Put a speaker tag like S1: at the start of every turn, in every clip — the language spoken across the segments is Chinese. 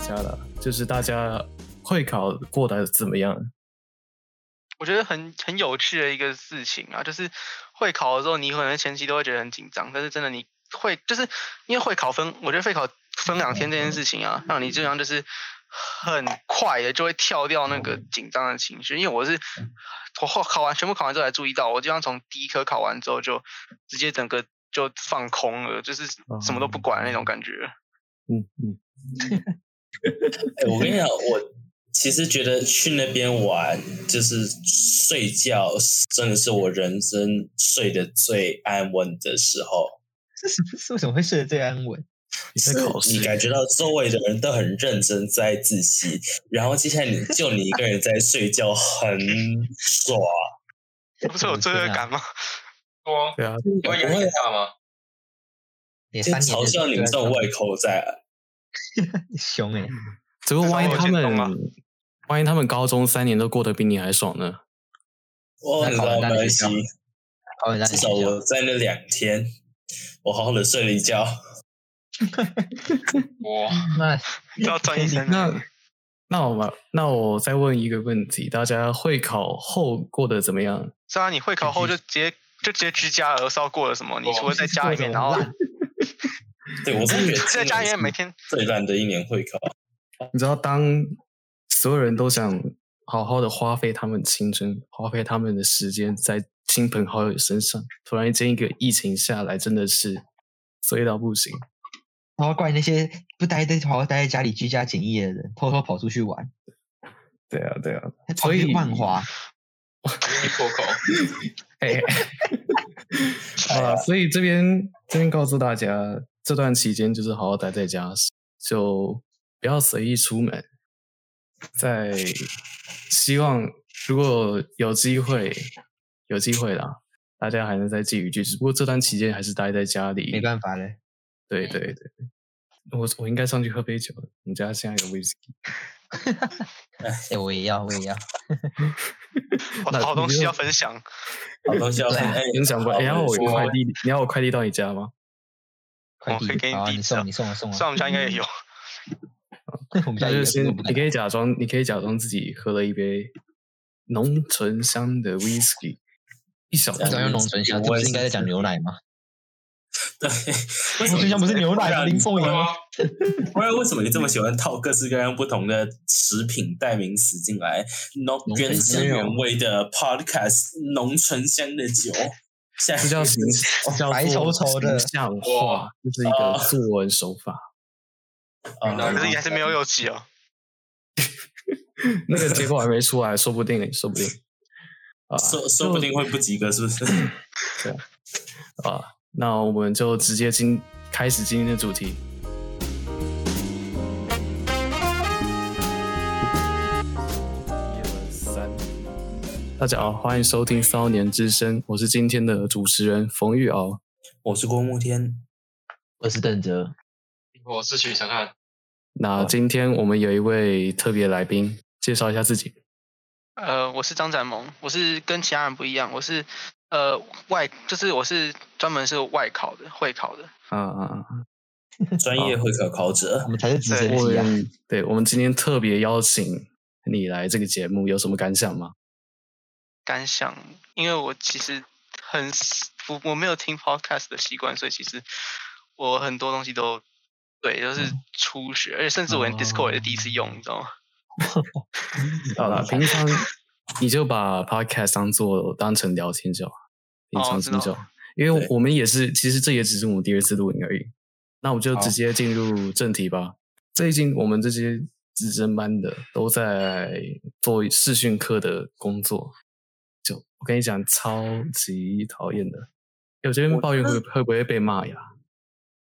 S1: 家了，就是大家会考过得怎么样？
S2: 我觉得很很有趣的一个事情啊，就是会考的时候，你可能前期都会觉得很紧张，但是真的你会就是因为会考分，我觉得会考分两天这件事情啊，让你基本上就是很快的就会跳掉那个紧张的情绪。因为我是我后考完全部考完之后才注意到，我基本上从第一科考完之后就直接整个就放空了，就是什么都不管那种感觉。
S1: 嗯嗯，
S3: 哎我跟你讲，我其实觉得去那边玩，就是睡觉，真的是我人生睡得最安稳的时候。
S4: 这是是为什么会睡得最安稳？
S1: 你在考试
S3: 你，感觉到周围的人都很认真在自习，然后接下来你就你一个人在睡觉，很爽。
S2: 不是有罪恶 感吗？
S5: 说
S1: 对啊，
S5: 你们哦压力很大吗？
S4: 你
S3: 就
S4: 三年
S3: 嘲笑你们这
S1: 啊
S3: 种胃口在，
S4: 凶哎、
S1: 只不过万一他
S2: 这是我先动吗
S1: 们，万一他们高中三年都过得比你还爽呢？
S3: 哦，你知道没关系，
S4: 考人家
S3: 至少
S4: 学校
S3: 我在那两天，我好好的睡了一觉。
S5: 我
S4: 那
S2: 都要转一身了。
S1: 那那我们那我再问一个问题，大家会考后过得怎么样？
S2: 虽然你会考后就直接就直接居家而烧过了什么？你
S5: 哦
S2: 除了在家里面，然
S4: 这种
S2: 后
S4: 烂
S3: 对我真的 觉得
S2: 在家里面每 天
S3: 最烂的一年会考，
S1: 你知道，当所有人都想好好的花费他们青春，花费他们的时间在亲朋好友身上，突然间一个疫情下来，真的是衰到不行。
S4: 然后怪那些不待在好好待在家里居家检疫的人，偷偷跑出去玩，
S1: 对啊，对啊，
S4: 还跑
S1: 所
S4: 去
S1: 以
S4: 万华，
S5: 一破口，
S1: 哎，好了，所以这边这边告诉大家，这段期间就是好好待在家，就不要随意出门。在希望如果有机会，有机会啦，大家还能再聚一聚。只不过这段期间还是待在家里，
S4: 没办法嘞。
S1: 对对对，我我应该上去喝杯酒了。我们家现在有威士忌，
S4: 哎、我也要，我也要。
S2: 好
S1: 那
S2: 好东
S1: 你
S2: 西
S1: 就
S2: 要分享，
S3: 好东西要看。哎，
S1: 你想不？你要我快递，你要我快递到你家吗？
S4: 快
S2: 我可以给
S4: 递，
S2: 你
S4: 好啊，
S2: 地
S4: 你
S2: 址啊
S4: 送，你送啊，送
S2: 虽然我
S4: 啊。
S2: 们家应该也有。
S4: 我们
S1: 那
S4: 家也
S1: 就
S4: 有
S1: 先，
S4: 我不
S1: 你
S4: 敢
S1: 可以假装，你可以假装自己喝了一杯浓醇香的 whisky，一小
S3: 这
S4: 不
S3: 样
S1: 盅。
S4: 要用浓醇香，这不是应该在讲牛奶吗？
S3: 对，为什
S4: 浓
S3: 么
S4: 醇香不是牛奶吗？林凤
S5: 会
S4: 营
S5: 吗？
S3: 不然为什么你这么喜欢套各式各样不同的食品代名词进来？浓
S4: 浓
S3: 原
S4: 醇
S3: 汁
S4: 香
S3: 原味的 podcast，浓醇香的酒，下
S1: 这叫形，这叫
S4: 白
S1: 做
S4: 稠稠的
S1: 形象化，这是一个
S3: 哦
S1: 作文手法。
S3: 啊
S5: 那
S2: 可是你还是没有有气哦。
S1: 那个结果还没出来，说不定，说不定啊，
S3: 说说不定会不及格，是不是？
S1: 啊。那我们就直接今开始今天的主题。大家好，欢迎收听《骚年之声》，我是今天的主持人冯玉敖。
S3: 我是郭慕天，
S4: 我是邓哲，
S5: 我是许承翰，
S1: 那今天我们有一位特别来宾，介绍一下自己。
S2: 呃，我是张展萌，我是跟其他人不一样，我是呃外，就是我是专门是外考的，会考的。
S1: 啊啊啊！
S3: 专业会考考者
S4: 我。们才是直
S2: 对
S4: 升
S1: 我
S4: 机啊！
S1: 们对我们今天特别邀请你来这个节目，有什么感想吗？
S2: 感想，因为我其实很我我没有听 podcast 的习惯，所以其实我很多东西都对，都是初学，而且甚至我连 Discord 也是第一次用，你知道吗？
S1: 好了，平常你就把 podcast 当做当成聊天就好，平常心就好。因为
S3: 对
S1: 我们也是，其实这也只是我们第二次录影而已。那我们就
S3: 好
S1: 直接进入正题吧。最近我们这些资深班的都在做视讯课的工作，就我跟你讲，超级讨厌的。诶我这边抱怨会会不会被骂呀？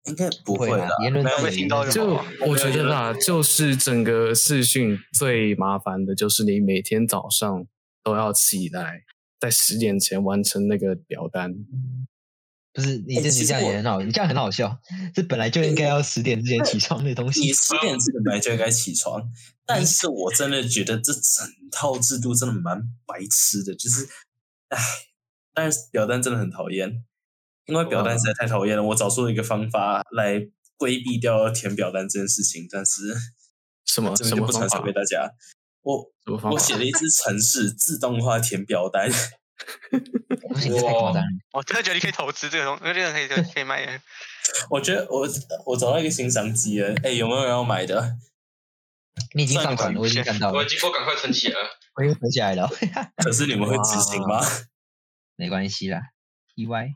S3: 应该不会
S4: 啦
S3: 啦，，
S4: 言论
S3: 没有
S4: 自
S2: 会
S4: 由
S2: 听到
S4: 言
S2: 就
S1: 就
S4: 论
S2: 好啊
S1: 我觉得啦，就是整个视讯最麻烦的就是你每天早上都要起来，在十点前完成那个表单。
S4: 不是你
S3: 哎
S4: 这你
S3: 其实
S4: 这样也
S3: 我
S4: 很好，你这样很好笑。这本来就应该要十点之前起床的东
S3: 你
S4: 西，
S3: 十点之前本来就应该起床，但是我真的觉得这整套制度真的蛮白痴的，就是，唉，但是表单真的很讨厌，因为表单实在太讨厌了。我找出了一个方法来规避掉填表单这件事情，但是
S1: 什么
S3: 这
S1: 什
S3: 边
S1: 么
S3: 不
S1: 方
S3: 传
S1: 法
S3: 授？给大家。我
S1: 什么方
S3: 我
S1: 法？
S3: 写了一支程式自动化填表单，
S4: 不行，这太夸张了。
S2: 我哦真的觉得你可以投资这个东西，这个可以可以卖。
S3: 我觉得我我找到一个新商机了。哎，有没有人要买的？
S4: 你已经上传了， 我已经看到
S5: 我
S4: 了
S5: 已，经我赶快存起来 了。
S4: 我已经存下来了，
S3: 可是你们会执行吗？
S4: 没关系啦，意外。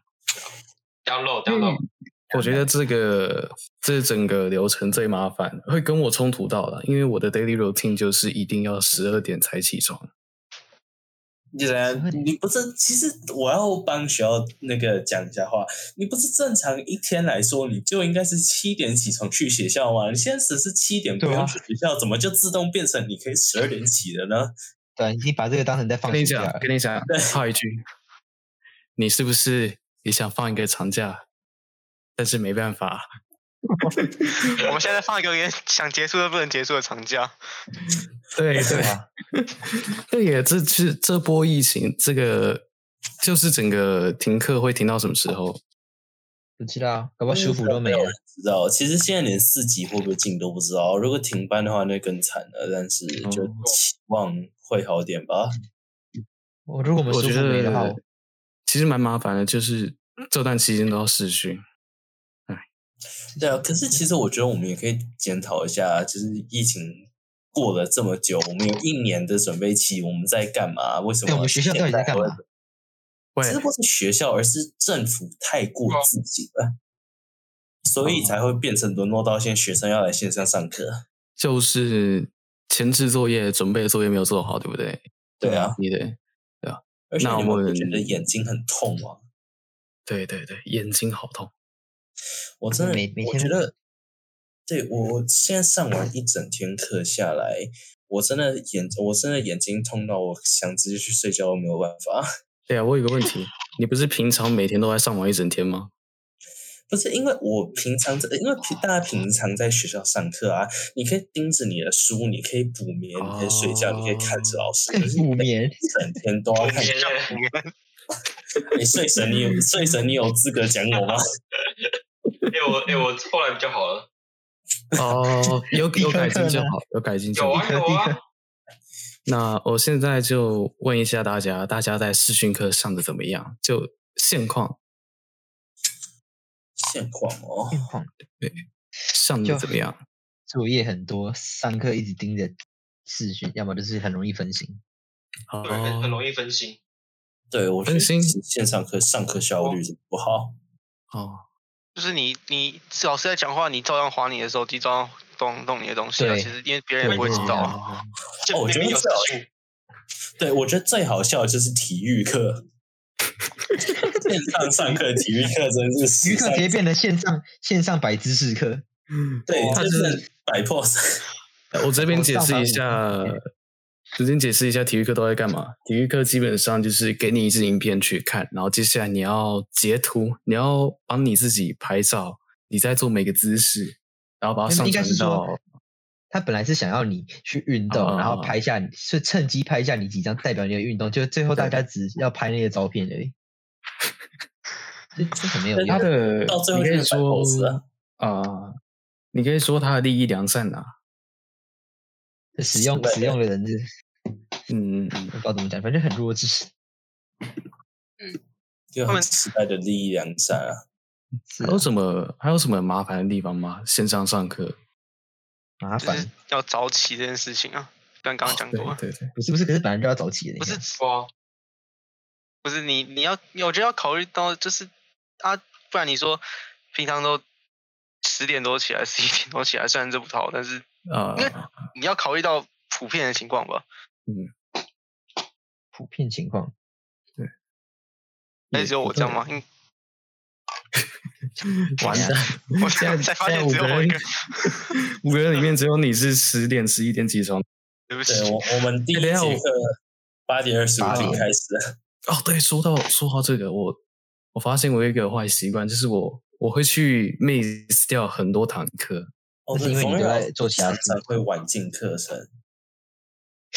S5: download download，
S1: 我觉得这个这整个流程最麻烦，会跟我冲突到了，因为我的 daily routine 就是一定要十二点才起床。
S3: 你你不是？其实我要帮学校那个讲一下话，你不是正常一天来说，你就应该是七点起床去学校吗？你现在只是七点不
S4: 对啊
S3: 用去学校，怎么就自动变成你可以十二点起了 呢？
S4: 对，已经把这个当成在放
S1: 跟你
S4: 暑假
S1: 讲
S4: 了，。
S1: 跟你讲，套一句，你是不是也想放一个长假？但是没办法，
S2: 我们现在放一个连想结束都不能结束的长假，
S1: 对
S4: 对
S1: 对
S4: 啊，
S1: 对耶，这这这波疫情，这个就是整个停课会停到什么时候？
S4: 不知道，搞不好舒服都没
S3: 有
S4: 了
S3: 人。知道。其实现在连四级会不会进都不知道。如果停班的话，那更惨了。但是就
S1: 哦
S3: 期望会好点吧。
S4: 我如果我们
S1: 我
S4: 舒
S1: 觉
S4: 服没的话，
S1: 得其实蛮麻烦的，就是这段期间都要试训。
S3: 对啊，可是其实我觉得我们也可以检讨一下，啊就是疫情过了这么久，我们有一年的准备期，我们在干嘛？为什么？
S4: 对我们学校到底在干嘛？
S1: 喂
S3: 其，实不是学校，而是政府太过
S4: 啊
S3: 自己了，所
S4: 嗯
S3: 以才会变成沦落到现在学生要来线上上课。
S1: 就是前置作业、准备作业没有做好，对不对？
S3: 对
S4: 嗯
S3: 啊，
S1: 你的
S3: 而且
S1: 那
S3: 你们
S1: 我
S3: 不
S1: 们
S3: 觉得眼睛很痛啊吗？
S1: 对对对，眼睛好痛。
S3: 我真的，
S4: 每每
S3: 我
S4: 天
S3: 觉
S4: 都
S3: 得，对我我现在上完一整天课下来，我真的眼我真的眼睛痛到我想直接去睡觉都没有办法。
S1: 对啊，我有个问 题，你不是平常每天都在上网一整天吗？
S3: 不是因为我平常在，因为平大家平常在学校上课啊，你可以盯着你的书，你可以补眠，你可以睡觉，你可以看着老师。可是
S4: 哦补
S3: 你
S4: 眠，
S3: 一整天都 要看，你睡神，你有睡神，你有资格讲我吗？
S5: 哎、我哎、我后来比较好了。
S1: 哦，有有改进就好，有改进就
S5: 有
S1: 好。
S5: 啊有啊，
S1: 那我现在就问一下大家，大家在视讯课上的怎么样？就现况
S3: 现况哦，
S4: 变胖
S1: 上
S4: 就
S1: 的怎么样？
S4: 作业很多，上课一直盯着视讯，要么就是很容易分心。
S1: 哦
S5: 对，，很很容易分心。
S3: 对我觉
S1: 分
S3: 得
S1: 心
S3: 线上课上课效率不好。
S1: 哦，
S2: 就是你你老师在讲话，你照样划你的手机，照样动动你的东西啊。
S4: 对
S2: 其实因为别人也不会知道啊。
S1: 哦
S5: 就
S3: 我觉得
S5: 明明有
S3: 这
S5: 资
S3: 好
S5: 讯，
S3: 对，我觉得最好笑的就是体育 课，线上上课体育课真是
S4: 体
S3: 史
S4: 育课
S3: 上
S4: 直接变成线上线上摆姿势课，
S3: 对，
S1: 他
S3: 就
S1: 就是
S3: 是摆 pose。
S1: 我这边解释一
S4: 我
S1: 下
S4: 上班，
S1: 这边解释一下体育课都在干嘛。体育课基本上就是给你一支影片去看，然后接下来你要截图，你要帮你自己拍照，你在做每个姿势，然后
S2: 哦
S1: 把它上
S4: 哎应该
S1: 传
S4: 是
S1: 到
S4: 说。他本来是想要你去运动，
S1: 啊啊啊
S4: 然
S2: 哦
S4: 后拍一下你，是趁机拍一下你几张代表你的运动，就最后大家只要拍那个照片而已。这这很没有
S1: 他
S4: 用。
S1: 的，
S3: 到最后
S1: 你可以
S3: 就是摆
S1: 说
S3: pose 了
S1: 啊、你可以说他的利益良善啊。
S4: 使用
S3: 对
S4: 使用的人是
S1: 嗯嗯嗯
S4: 不知道怎么讲，反正很弱智。
S3: 就
S2: 他
S3: 很
S2: 们
S3: 期待的利益良善啊。
S4: 是
S1: 还
S4: 啊
S1: 有什么还有什么麻烦的地方吗？线上上课，
S4: 麻
S2: 就
S4: 烦
S2: 是，要早起这件事情啊，像刚刚讲
S1: 对
S2: 过啊，
S1: 对对，
S4: 不是不是？可是本来就要早起的，
S2: 不是
S5: 哇，
S2: 不是你你要，我觉得要考虑到就是啊，不然你说平常都十点多起来，十一点多起来，虽然这不太好，但是
S1: 啊、
S2: 因为你要考虑到普遍的情况吧。
S4: 普遍情况。
S2: 那
S1: 也
S2: 只有
S1: 不啊
S2: 我这样
S1: 对
S2: 吗？嗯，
S1: 完蛋！
S2: 我现在才发现
S1: 五
S2: 只有
S1: 个
S2: 我一
S1: 人
S2: 个人，
S1: 五个人里面只有你是十点十一点起床。
S2: 对不
S3: 对
S2: 起，
S3: 我，我们第一
S1: 哎等一
S3: 节
S1: 下我
S3: 课八点二十五
S4: 八
S3: 就
S4: 点
S3: 开始了。
S1: 哦，对，说到说到这个，我我发现我有一个坏习惯，就是我我会去 miss 掉很多堂课。
S3: 哦，
S4: 那是因为
S3: 冯瑞
S4: 你都
S3: 老
S4: 在
S3: 师
S4: 做其他
S3: 常
S4: 事
S3: 常会晚进课程。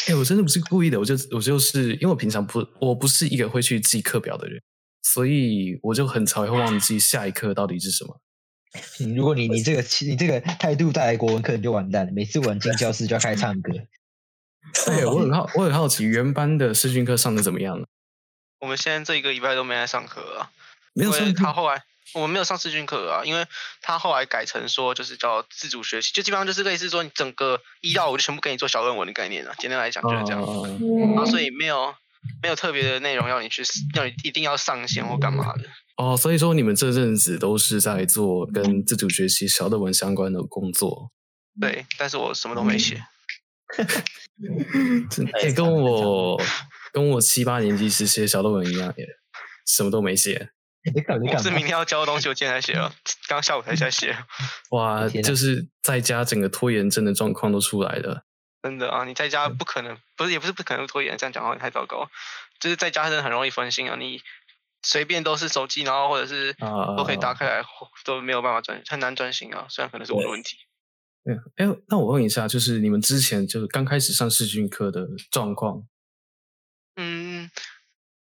S1: 哎，我真的不是故意的，我就我就是因为我平常不我不是一个会 去记课表的人，所以我就很常会忘记下一课到底是什么。
S4: 嗯如果你你这个你这个态度带来国文课，你就完蛋了。每次晚进教室就要开始唱歌，
S1: 对我很好，我很好奇原班的视讯课上的怎么样了？
S2: 我们现在这一个礼拜都没来上课啊，
S1: 没有
S2: 因为
S1: 上
S2: 他后来我们没有上视讯课啊，因为他后来改成说就是叫自主学习，就基本上就是类似说你整个一到五就全部给你做小论文的概念啊，简单来讲就是这样。
S1: 哦
S2: 然后所以没有没有特别的内容要你去要你一定要上线或干嘛的。
S1: 哦，所以说你们这阵子都是在做跟自主学习小论文相关的工作，
S2: 对，但是我什么都没写。
S1: 真哎
S3: 哎
S1: 跟
S3: 差不多
S1: 我跟我七八年级时写小论文一样耶，什么都没写。
S4: 你到底
S2: 我是
S4: 干
S2: 明
S4: 嘛？
S2: 天要交的东西，我今天才写了，刚下午才在写。
S1: 哇，
S4: 天哪
S1: 就是在家整个拖延症的状况都出来了。
S2: 真的啊，你在家不可能，不是也不是不可能拖延，这样讲话太糟糕。就是在家真的很容易分心啊，你随便都是手机，然后或者是
S1: 啊
S2: 都可以打开来，都没有办法专很难专心啊。虽然可能是我的问题，
S1: 嗯，哎，那我问一下，就是你们之前就是刚开始上视讯课的状况，
S2: 嗯，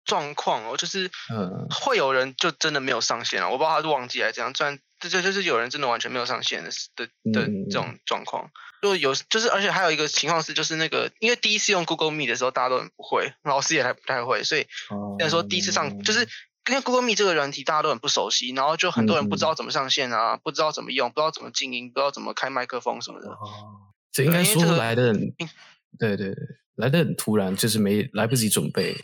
S2: 状况哦，就是
S1: 嗯
S2: 会有人就真的没有上线啊，我不知道他是忘记还是怎样，虽然这这就是有人真的完全没有上线的的的
S1: 嗯嗯嗯
S2: 这种状况。就有就是，而且还有一个情况是，就是那个因为第一次用 Google Meet 的时候，大家都很不会，老师也还不太会，所以
S1: 哦
S2: 但说第一次上，就是因为 Google Meet 这个软体大家都很不熟悉，然后就很多人不
S1: 嗯
S2: 知道怎么上线啊，不知道怎么用，不知道怎么静音，不知道怎么开麦克风什么的。
S1: 哦，这应该
S2: 对因
S1: 说
S2: 为这个嗯
S1: 来的很，对对对，来的很突然，就是没来不及准备。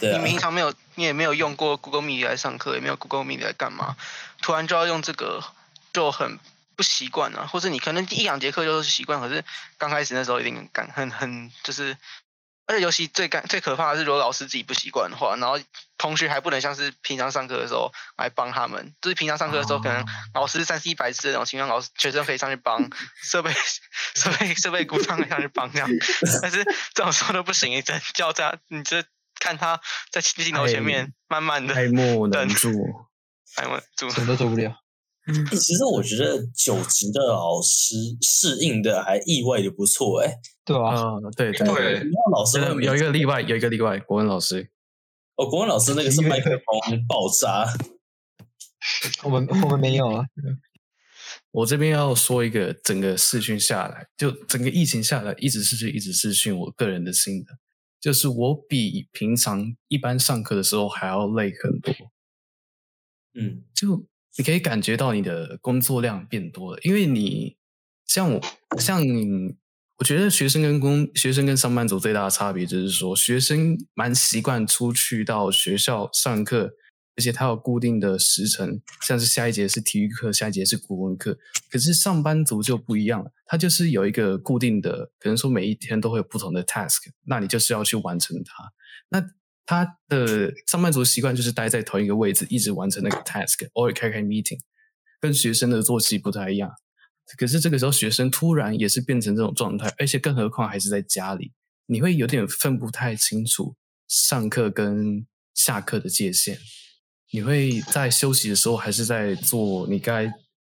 S3: 对啊
S2: 你平常没有，你也没有用过 Google Meet 来上课，也没有 Google Meet 来干嘛，突然就要用这个，就很不习惯啊。或者你可能一两节课就是习惯，可是刚开始那时候一定很感很很就是。而且尤其最干最可怕的是，如果老师自己不习惯的话，然后同学还不能像是平常上课的时候来帮他们，就是平常上课的时候可能老师三 C 白痴的那种情况，老师学生可以上去 帮，设备 设备设备鼓上上去 帮这样，但是这种时候都不行，你真叫他，你这看他在镜头前面慢慢的
S1: 爱莫能助，
S2: 哎我住，
S4: 什么都做不了。
S3: 欸其实我觉得九级的老师适应的还意外的不错哎、
S4: 对
S2: 嗯
S4: 啊，
S1: 啊，对对
S5: 对
S1: 对，
S3: 国文老师
S1: 真的
S3: 会
S1: 有一
S3: 每
S1: 个例外，有一个例外，国文老师，
S3: 哦，国文老师那个是麦克风爆炸，
S4: 我们我们没有啊，
S1: 我这边要说一个整个试训下来，就整个疫情下来，一直试训，一直试训，我个人的心得就是我比平常一般上课的时候还要累很多。
S3: 嗯，
S1: 就你可以感觉到你的工作量变多了，因为你像我像你，我觉得学生跟工学生跟上班族最大的差别就是说，学生蛮习惯出去到学校上课，而且他有固定的时程，像是下一节是体育课，下一节是国文课。可是上班族就不一样了，他就是有一个固定的，可能说每一天都会有不同的 task，那你就是要去完成它。那他的上班族习惯就是待在同一个位置，一直完成那个 task，偶尔开开 meeting，跟学生的作息不太一样。可是这个时候，学生突然也是变成这种状态，而且更何况还是在家里，你会有点分不太清楚上课跟下课的界限。你会在休息的时候，还是在做你该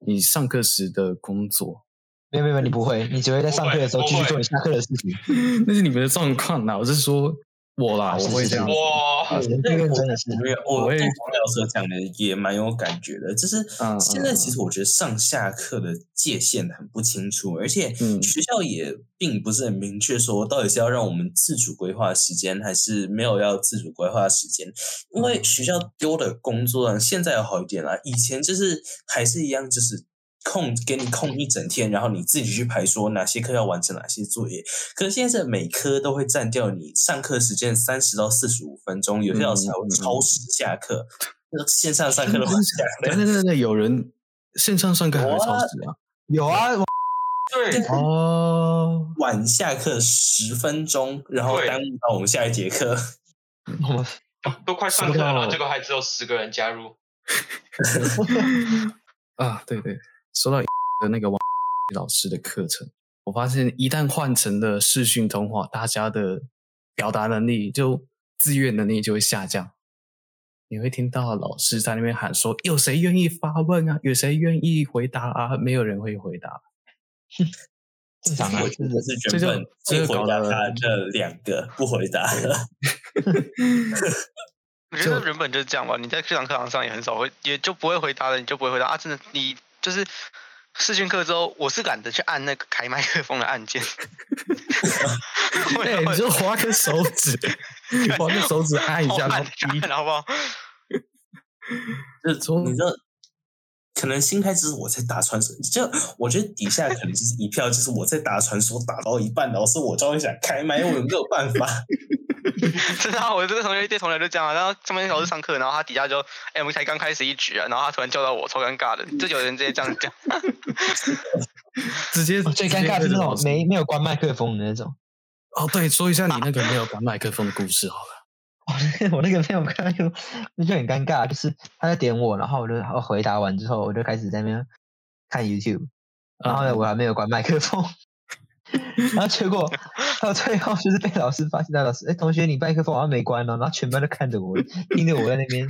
S1: 你上课时的工作？
S4: 没有没有，你不会，你只会在上课的时候继续做你下课的事情。
S1: 那是你们的状况啦。我是说我啦，
S4: 是
S1: 我
S4: 是
S1: 会啊这
S4: 是
S1: 样子。
S5: 哇，
S4: 神经病真的是
S3: 我没有，我
S1: 我
S3: 我
S1: 也
S3: 跟黄老师讲的也蛮有感觉的，就是
S1: 嗯
S3: 现在其实我觉得上下课的界限很不清楚，而且
S1: 嗯
S3: 学校也并不是很明确说到底是要让我们自主规划时间，还是没有要自主规划时间，因
S1: 嗯
S3: 为学校丢的工作量现在要好一点啦，以前就是还是一样就是。空给你空一整天，然后你自己去排说哪些课要完成哪些作业。可是现在是每科都会占掉你上课时间三十到四十五分钟，有些老师还会
S1: 嗯嗯嗯
S3: 超时下课。 那个线 上上课的话，
S1: 对对对对，有人线上上课还会超时啊？
S4: 有啊，我
S5: 对，
S1: 哦，
S3: 晚下课十分钟，然后
S5: 对
S3: 耽误到我们下一节课。
S4: 我们
S5: 都快上课了，
S1: 说到
S5: 然后结果还只有十个人加入，
S1: 啊，对对，说到的那个王 老师的课程，我发现一旦换成了视讯通话，大家的表达能力就自愿能力就会下降。你会听到老师在那边喊说：“有谁愿意发问啊？有谁愿意回答啊？”没有人会回 答。
S4: 正常 啊
S3: 我觉得是
S1: 这
S3: 原
S1: 就
S3: 本
S1: 这
S3: 会
S1: 就
S3: 回
S1: 搞
S3: 答
S1: 得
S3: 他的两个不回答了。
S2: 我觉得原本就是这样吧。你在这堂课堂上也很少会，也就不会回答的，你就不会回答啊。真的，你就是视讯课之后，我是懒得去按那个开麦克风的按键。我
S1: 哎、你就划个手 指，划个手指按一 下，然
S2: 我懒
S1: 后
S2: 得去按
S1: 逼
S2: 了，好不好？
S3: 就是
S1: 从
S3: 你知道，可能心态就是我在打传说，就我觉得底下可能就是一票，就是我在打传说打到一半，老师我终于想开麦，我有没有办法？
S2: 真的啊，我这个同学一堆同学就这样啊。然后上面老师上课，然后他底下就，哎、我们才刚开始一局啊，然后他突然叫到我，超尴尬的。这有人直接这样讲，
S1: 直接
S4: 哦最尴尬
S1: 直接对
S4: 是那
S1: 着老
S4: 种
S1: 师
S4: 没没有关麦克风的那种。
S1: 哦，对，说一下你那个没有关麦克风的故事好了。
S4: 我那个我那个没有看，就那就很尴尬，就是他在点我，然后我就我回答完之后，我就开始在那边看 YouTube，然后呢，
S3: 嗯
S4: 我还没有关麦克风， 然后结果到最后就是被老师发现，到老师哎，同学你麦克风好像没关哦，然后全班都看着我，盯着我在那 边，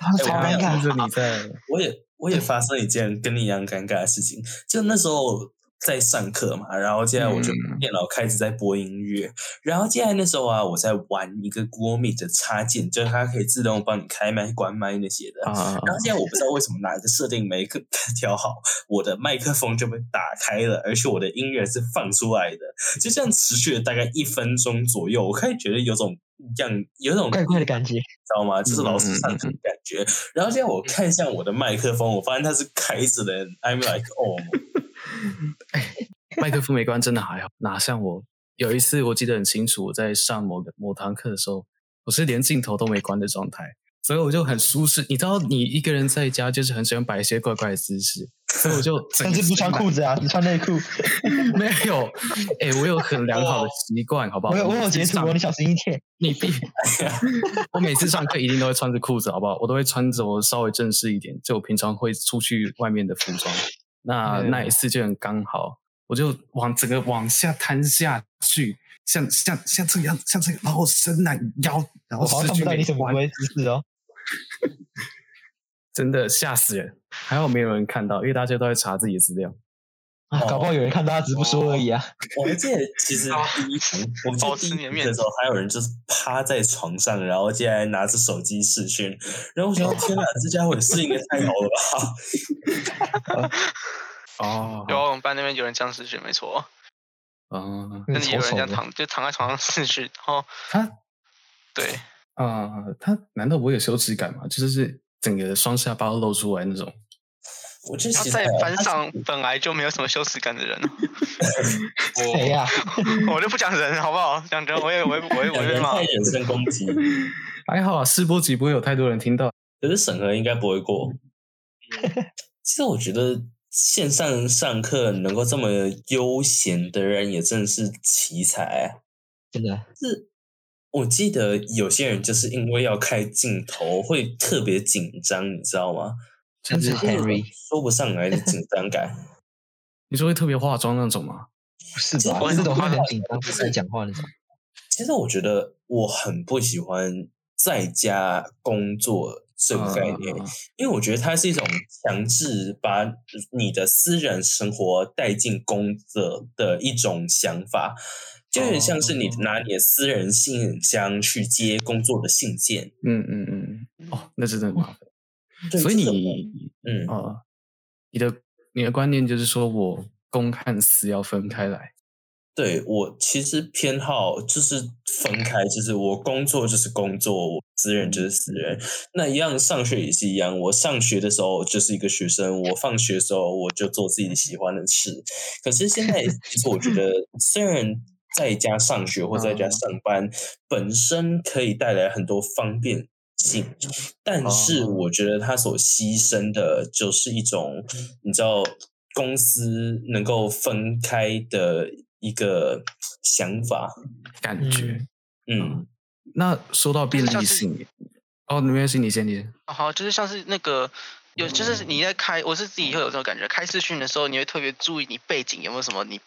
S4: 然后
S3: 哎我
S4: 超
S3: 没
S4: 尴
S3: 有
S1: 看
S4: 尬，
S1: 着你在，
S3: 我也我也发生一件跟你一样尴尬的事情，就那时候在上课嘛，然后接下来我就
S2: 嗯
S3: 电脑开始在播音乐，然后接下来那时候啊，我在玩一个 Google Meet 的插件，就是它可以自动帮你开麦、关麦那些的。
S1: 啊，
S3: 然后现在我不知道为什么哪一个设定没 调好，我的麦克风就被打开了，而且我的音乐是放出来的，就这样持续了大概一分钟左右，我开始觉得有种一样，有种
S4: 怪怪的感觉。
S3: 知道吗？就是老师上课
S1: 嗯
S3: 的感觉。然后现在我看向我的麦克风，我发现它是开着的。I'm like, oh，
S1: 麦克风没关真的还好，哪像我有一次我记得很清楚，我在上某个某堂课的时候，我是连镜头都没关的状态，所以我就很舒适。你知道，你一个人在家就是很喜欢摆一些怪怪的姿势，所以我就整
S4: 但是不穿裤子啊，只穿 内裤。
S1: 没有。哎、我有很良好的习惯，好不好？
S4: 我有我有
S1: 每次
S4: 截图
S1: 上
S4: 哦，你小心一点。
S1: 你必， 我每次上课一定都会穿着裤子，好不好？我都会穿着我稍微正式一点，就我平常会出去外面的服装。那
S4: 嗯
S1: 那一次就很刚好，我就往整个往下摊下去，像像像这个样，像这个，然后伸懒腰，然后
S4: 我好像
S1: 失
S4: 看
S1: 去美
S4: 不到你什么
S1: 观
S4: 不会姿势哦。
S1: 真的吓死人。还好没有人看到，因为大家都在查自己的资料。
S4: 啊，搞不好有人看到他只是不说而已啊。
S3: 我还记得其实 第一堂，我
S2: 保
S3: 记
S2: 持
S3: 得
S2: 你
S3: 第
S2: 的
S3: 一
S2: 面
S3: 堂的时候，还有人就是趴在床上，然后接下来拿着手机视讯。然后我想， 天哪，这家伙也适应的太好了吧？
S1: 哦
S2: 有啊我们班那边有人这样试训，没错，
S1: 嗯
S4: 那
S2: 真
S4: 个
S2: 的有人
S4: 丑丑
S2: 这样
S4: 的，
S2: 躺就躺在床上试训，然后
S1: 他
S2: 对，
S1: 啊、他难道我有羞耻感吗？就是整个双下巴都露出来那种。
S3: 我这
S2: 他
S4: 啊
S3: 其实
S2: 在
S3: 还好
S2: 班上本来就没有什么羞耻感的人，啊
S4: 谁呀？
S2: 我就不讲人好不好？讲人我也我也我也我
S3: 两个
S2: 也
S3: 人
S2: 骂
S3: 太，人身攻击，
S1: 还好啊，试播集不会有太多人听到。
S3: 可是审核应该不会过。其实我觉得线上上课能够这么悠闲的人，也真的是奇才啊。
S4: 真的
S3: 我记得有些人就是因为要开镜头，会特别紧张，你知道吗？
S4: 真是
S3: 会有种
S4: Henry，
S3: 说不上来的紧张感。
S1: 你说会特别化妆那种吗？
S4: 不是
S3: 其实
S4: 吧？
S3: 我
S4: 这
S3: 很
S4: 种会
S3: 怕
S4: 很紧张，不敢讲话那种。
S3: 其实我觉得我很不喜欢在家工作这个概念，
S1: 啊
S3: 因为我觉得它是一种强制把你的私人生活带进工作的一种想法，就有点像是你
S1: 哦
S3: 拿你的私人信箱去接工作的信件。
S1: 嗯嗯嗯，哦，那真的很麻烦。
S3: 对
S1: 所以
S3: 这种
S1: 你
S3: 嗯，
S1: 哦，你的你的观念就是说我公和私要分开来。
S3: 对我其实偏好就是分开，就是我工作就是工作，我私人就是私人。那一样上学也是一样，我上学的时候就是一个学生，我放学的时候我就做自己喜欢的事。可是现在其实我觉得，虽然在家上学或在家
S1: 嗯
S3: 上班、本身可以带来很多方便性，但是
S1: 哦
S3: 我觉得它所牺牲的就是一种，你知道，公司能够分开的一个想法。
S1: 感觉。
S3: 嗯，
S1: 那说到便利性，哦，没关系，你先，你先。
S2: 好，就是像是那个有，就是你在开，我是自己会有这种感觉，开视讯的时候，你会特别注意你背景有没有什么你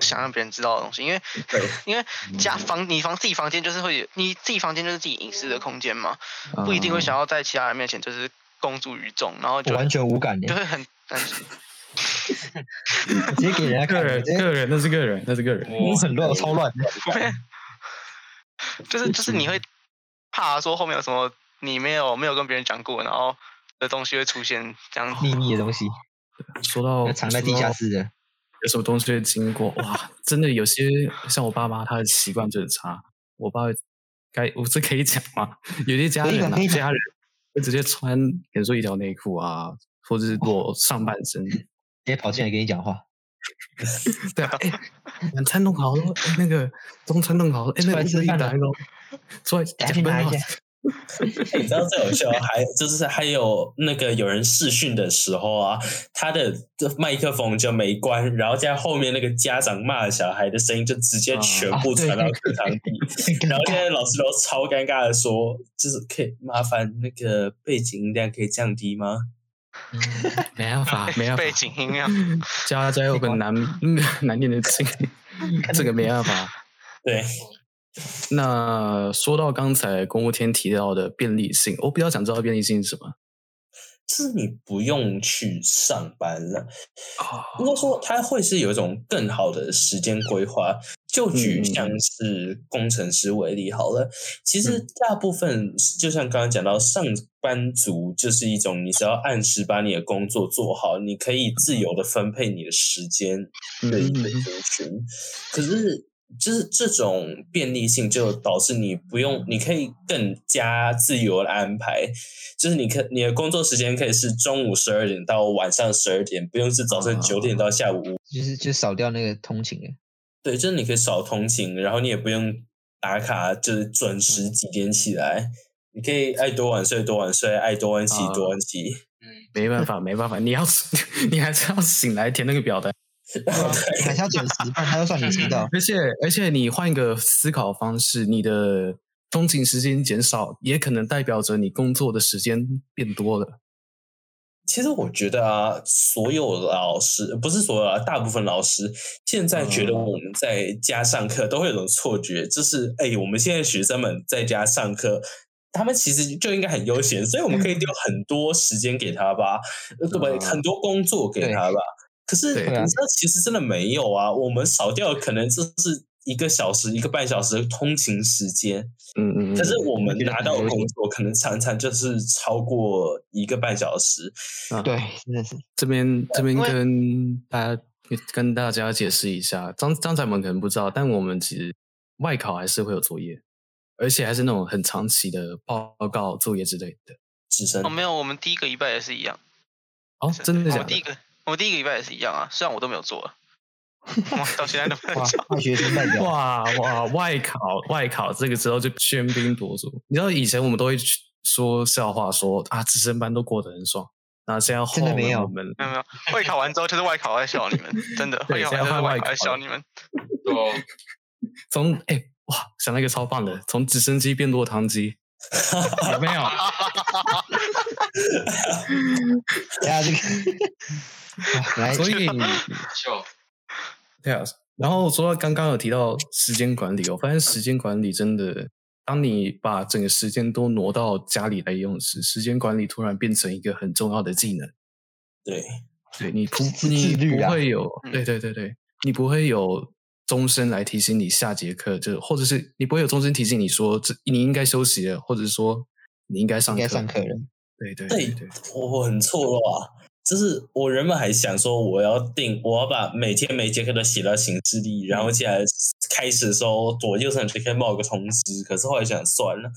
S2: 想让别人知道的东西，因为
S3: 对，
S2: 因为家房你房自己房间就是会有，你自己房间就是自己隐私的空间嘛，
S1: 啊
S2: 不一定会想要在其他人面前就是公诸于众，然后
S4: 我
S2: 就
S4: 完全无感
S2: 就
S4: 的，
S2: 会很很
S4: 我直接给人
S1: 个
S4: 家看，
S1: 人，
S4: 直接
S1: 个人，那是个人，那是个人。
S4: 我很乱，超乱的。
S2: 就是就是你会怕说后面有什么你没有没有跟别人讲过，然后的东西会出现这样子。
S4: 秘密的东西，
S1: 说到
S4: 要藏在地下
S1: 说到
S4: 室的。
S1: 有什么东西会经过，哇，真的有些像我爸妈，他的习惯就很差。我爸会该我这可以讲吗？ 有些家
S4: 可以
S1: 人、啊
S4: 的可以、的
S1: 家人会直接穿，比如说一条内裤啊，或者是裸上半 身。
S4: 直接跑进来跟你讲话，
S1: 对啊，哎、晚餐弄好了，哎那个中餐弄好了，哎、那个
S4: 出来吃
S1: 意
S4: 饭
S1: 来喽，出来
S4: 赶紧
S1: 讲
S4: 拿
S1: 饭哦
S4: 一下。
S3: 你知道最有趣哦，还就是还有那个有人试训的时候啊，他的麦克风就没关，然后在后面那个家长骂小孩的声音就直接全部传到课堂里，
S4: 很尴
S3: 然 后现
S4: 尬。
S3: 在老师都超尴尬的说，就是可以麻烦那个背景音量可以降低吗？
S1: 没办 法，没办法，
S2: 背景音量，
S1: 家家有本难 难念的经， 这个没办法。
S3: 对，
S1: 那说到刚才公务天提到的便利性，我比较想知道便利性是什么。
S3: 就是你不用去上班了，应
S1: 哦，
S3: 该说它会是有一种更好的时间规划。就举像是工程师为例好了，其实大部分就像刚刚讲到，上班族就是一种你只要按时把你的工作做好，你可以自由的分配你的时间的一
S1: 嗯
S3: 个族群。可是就是这种便利性，就导致你不用，你可以更加自由的安排，就是你可你的工作时间可以是中午十二点到晚上十二点，不用是早上九点到下午5
S4: 就是就少掉那个通 勤的，
S3: 对，就是你可以少通勤，然后你也不用打卡，就是准时几点起来，你可以爱多晚睡多晚睡，爱多晚起多晚起。
S1: 没办法，没办法，你要你还是要 醒来填那个表单。
S4: 你还是要准时，不然他就算你迟 到。
S1: 而且而且，你换一个思考方式，你的通勤时间减少，也可能代表着你工作的时间变多了。
S3: 其实我觉得啊，所有老师不是所有啊，大部分老师现在觉得
S1: 嗯
S3: 我们在家上课都会有种错觉，就是哎，我们现在学生们在家上课，他们其实就应该很悠闲，所以我们可以丢很多时间给他吧，呃对吧？
S1: 嗯
S3: 很多工作给他吧。可是你
S1: 对
S3: 知道，其实真的没有啊，我们少掉可能就是一个小时、一个半小时的通勤时间。
S1: 嗯嗯，嗯
S3: 可是我们
S4: 觉得
S3: 拿
S4: 很
S3: 到
S4: 悠闲
S3: 工作，可能常常就是超过一个半小时，
S4: 对，真的是
S1: 这边这边
S2: 因为
S1: 跟大家跟大家解释一下，张张仔们可能不知道，但我们其实外考还是会有作业，而且还是那种很长期的报告作业之类的。
S3: 只剩
S2: 哦，没有，我们第一个礼拜也是一样。
S1: 哦， 真的
S2: 我
S1: 假
S2: 们第一
S1: 的？
S2: 个，我们第一个礼拜也是一样啊，虽然我都没有做啊， 哇，到现在都没有
S4: 哇
S2: 做。，
S4: 坏学生代表，
S1: 哇哇，外考外考这个时候就喧宾夺主。你知道以前我们都会去说笑话说啊，直升班都过得很爽，那现在
S4: 真的
S1: 换
S4: 没
S1: 了
S4: 有
S1: 我们
S2: 没有没有，会考完之后就是外考在笑你们，真的，
S1: 对
S2: 会考完
S1: 现在
S2: 就是
S1: 换
S2: 外
S1: 外
S2: 考在
S1: 考
S2: 笑
S1: 了
S2: 你们。
S5: 对哦，
S1: 从哎、哇，想到一个超棒的，从直升机变落汤鸡，有没有？
S4: 等啊下这 个，哇来，
S1: 所以
S5: 笑，
S1: 对啊，然后说到刚刚有提到时间管理，我发现时间管理真的，当你把整个时间都挪到家里来用时，时间管理突然变成一个很重要的技能。
S3: 对，
S1: 对你不
S4: 自
S1: 你
S4: 自律
S1: 不
S4: 啊
S1: 会有，
S2: 嗯
S1: 对对对对，你不会有钟声来提醒你下节课，就或者是你不会有钟声提醒你说这你应该休息了，或者说你应该上
S4: 应
S1: 课，
S4: 该上课了。
S1: 对对
S3: 对
S1: 对对，
S3: 我我很错愕啊！就是我原本还想说我要定，我要把每天每节课都写到行事历，然
S2: 嗯
S3: 后接下来开始的时候左右上角可以冒个通知。可是后来想算了，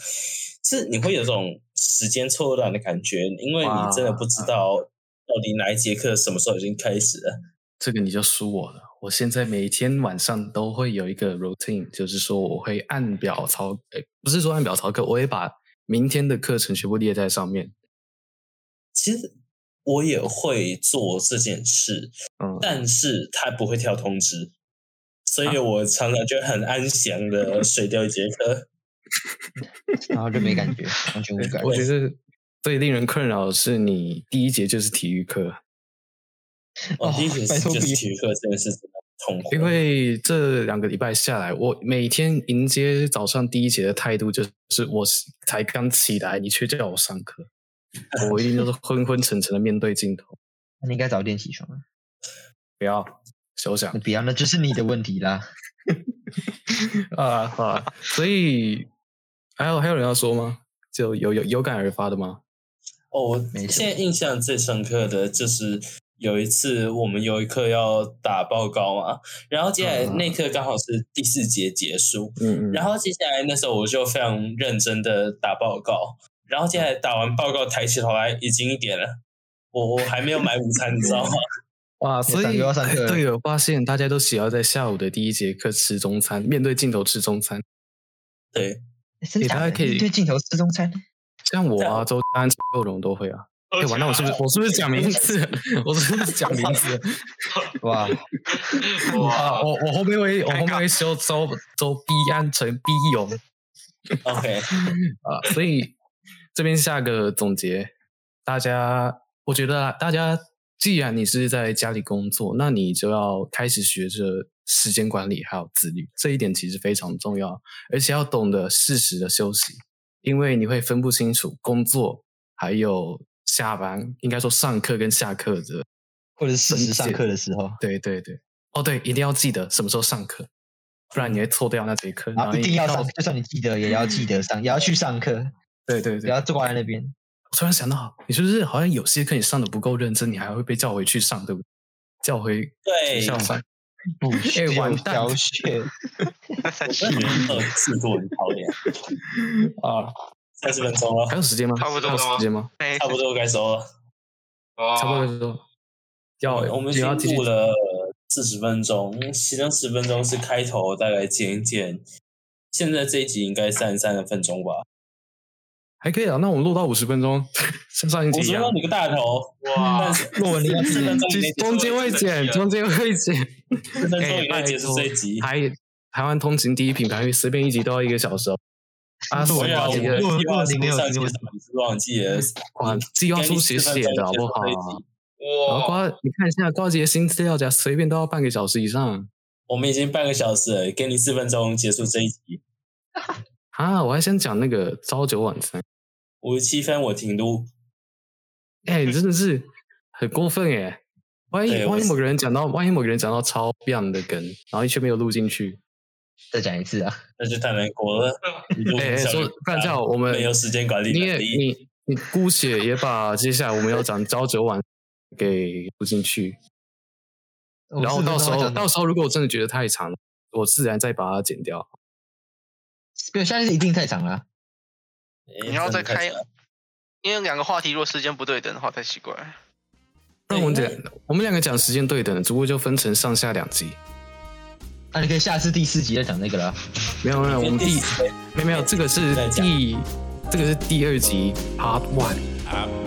S3: 就是你会有种时间错乱的感觉，因为你真的不知道到底哪一节课什么时候已经开始了。
S1: 这个你就输我了。我现在每天晚上都会有一个 routine，就是说我会按表操，诶不是说按表操课，我会把明天的课程全部列在上面。
S3: 其实我也会做这件事，
S1: 嗯，
S3: 但是他不会跳通知，所
S2: 啊
S3: 以我常常就很安 详的睡掉一节课。
S4: 然后就没感觉，完全无感。
S1: 我觉得最令人困扰的是你第一节就是体育课，
S3: 哦
S4: 哦，
S3: 第一节
S4: 拜
S3: 是
S4: 托
S3: 就
S4: 不
S3: 是
S4: 要
S3: 体育课这件事真的很痛苦，
S1: 因为这两个礼拜下来，我每天迎接早上第一节的态度就是我才刚起来，你却叫我上课，我一定就是昏昏沉沉的面对镜头，
S4: 那你应该早点起床啊。
S1: 不要休想
S4: 那。不要，那就是你的问题啦。
S1: 啊啊！所以还有还有人要说吗？就有有有感而发的吗？
S3: 哦，我
S4: 没错
S3: 现在印象最深刻的就是有一次我们有一课要打报告嘛，然后接下来
S1: 嗯
S3: 那课刚好是第四节结束，
S1: 嗯嗯，
S3: 然后接下来那时候我就非常认真的打报告，然后接
S4: 嗯
S3: 下来打完报告抬起头来已经一点了，我我还没有买午餐，你知道吗？
S4: 哇，
S1: 所
S4: 感
S1: 以
S4: 觉要上课了，
S1: 对，我发现大家都喜欢在下午的第一节课吃中餐，面对镜头吃中餐。
S3: 对，
S4: 真
S1: 你
S4: 的假
S1: 大概
S4: 的
S1: 可以
S4: 对镜头吃中餐，
S1: 像我
S3: 在
S1: 啊，周丹、陈佑荣都会啊。哎、完了，我是不是我是不是讲名字了？我是不是讲名字了？
S4: 哇，
S1: 啊，
S5: 哇，
S1: 我我后面会我后面会修周周必安、陈必勇
S3: OK，
S1: 啊，所以这边下个总结，大家我觉得啊大家既然你是在家里工作，那你就要开始学着时间管理还有自律，这一点其实非常重要，而且要懂得适时的休息，因为你会分不清楚工作还有下班，应该说上课跟下课的
S4: 或者是适时上
S1: 理解
S4: 课的时候，
S1: 对对对，哦对，一定要记得什么时候上课，不然你会错掉那节课。
S4: 然后一定
S1: 你
S4: 要
S1: 到
S4: 上，就算你记得也要记得上，也要去上课，
S1: 对对
S4: 不
S1: 对。
S4: 要坐在那边。
S1: 我突然想到，你是不是好像有些课你上的不够认真，你还会被叫回去上，对不对？叫回学
S3: 对，
S1: 校上，
S4: 补
S1: 哎完蛋
S4: 小学，
S2: 那才
S3: 真的没有制度很讨厌。
S1: 啊，
S3: 三十分钟了
S1: 还，有时间吗？
S5: 差不多
S1: 还
S5: 了
S1: 有时间吗？
S2: 哎
S3: 差不多该收了。
S5: 哦
S1: 差不多差不多。要
S3: 哦我们已
S1: 你嗯要继
S3: 经
S1: 续
S3: 录了四十分钟，其中十分钟是开头，大概剪一剪。现在这一集应该三十三分钟吧？
S1: 还可以啊。那我们录到五十分钟，像上一
S3: 我
S1: 集一啊
S3: 说
S1: 样
S3: 到。你个大头，
S5: 哇
S3: 但，是
S1: 论文的
S3: 四分钟以内结束
S1: 中间会
S5: 啊
S1: 剪，中间会剪。
S3: 四分钟以内
S1: 哎
S3: 结束这一集。
S1: 台台湾通勤第一品牌，随便一集都要一个小时哦。啊，
S4: 对
S1: 我
S3: 对啊，
S1: 要
S3: 我
S1: 一
S3: 们
S1: 个
S4: 录
S3: 计划书
S4: 录没有
S3: 上写什
S4: 录
S3: 么你是忘记了？
S1: 哇
S3: 嗯，
S1: 计划
S3: 给你
S1: 书写
S3: 40
S1: 写
S3: 分
S1: 的
S3: 钟
S1: 好
S3: 结
S1: 不
S3: 束这一集哦
S1: 好？ 然后
S5: 哇，
S1: 瓜，你看一下瓜姐新资料夹，随便都要半个小时以上
S3: 我们已经半个小时了，给你四分钟结束这一集。
S1: 啊！我还想讲那个朝九晚三，
S3: 五十七分我停录，
S1: 哎、你真的是很过分哎、万一
S3: 对我
S1: 万一
S3: 是
S1: 某个人讲到，万一某个人讲到超 beyond 的梗，然后却没有录进去，
S4: 再讲一次啊！
S3: 那就太难过 了。你录
S1: 哎、哎，
S3: 效率
S1: 说
S3: 不
S1: 干
S3: 大
S1: 掉我们
S3: 没有时间管啊理
S1: 你
S3: 能
S1: 也
S3: 力。
S1: 你你姑且也把接下来我们要讲朝九晚给录进去，然后到时候到时候如果我哦真的觉得太长，我自然再把它剪掉。
S4: 没有，下一次一定太长了。
S3: 哎
S2: 你要再
S3: 真的
S2: 开
S3: 太长了
S2: 因为两个话题如果时间不对等的话太奇怪。
S1: 那我们讲，我们两个讲时间对等，只不过就分成上下两集。
S4: 那你可以下次第四集再讲那个了。
S1: 没有没有，我们第没有没有，这个是
S3: 再讲
S1: 第这个是第二集 Part One。
S6: I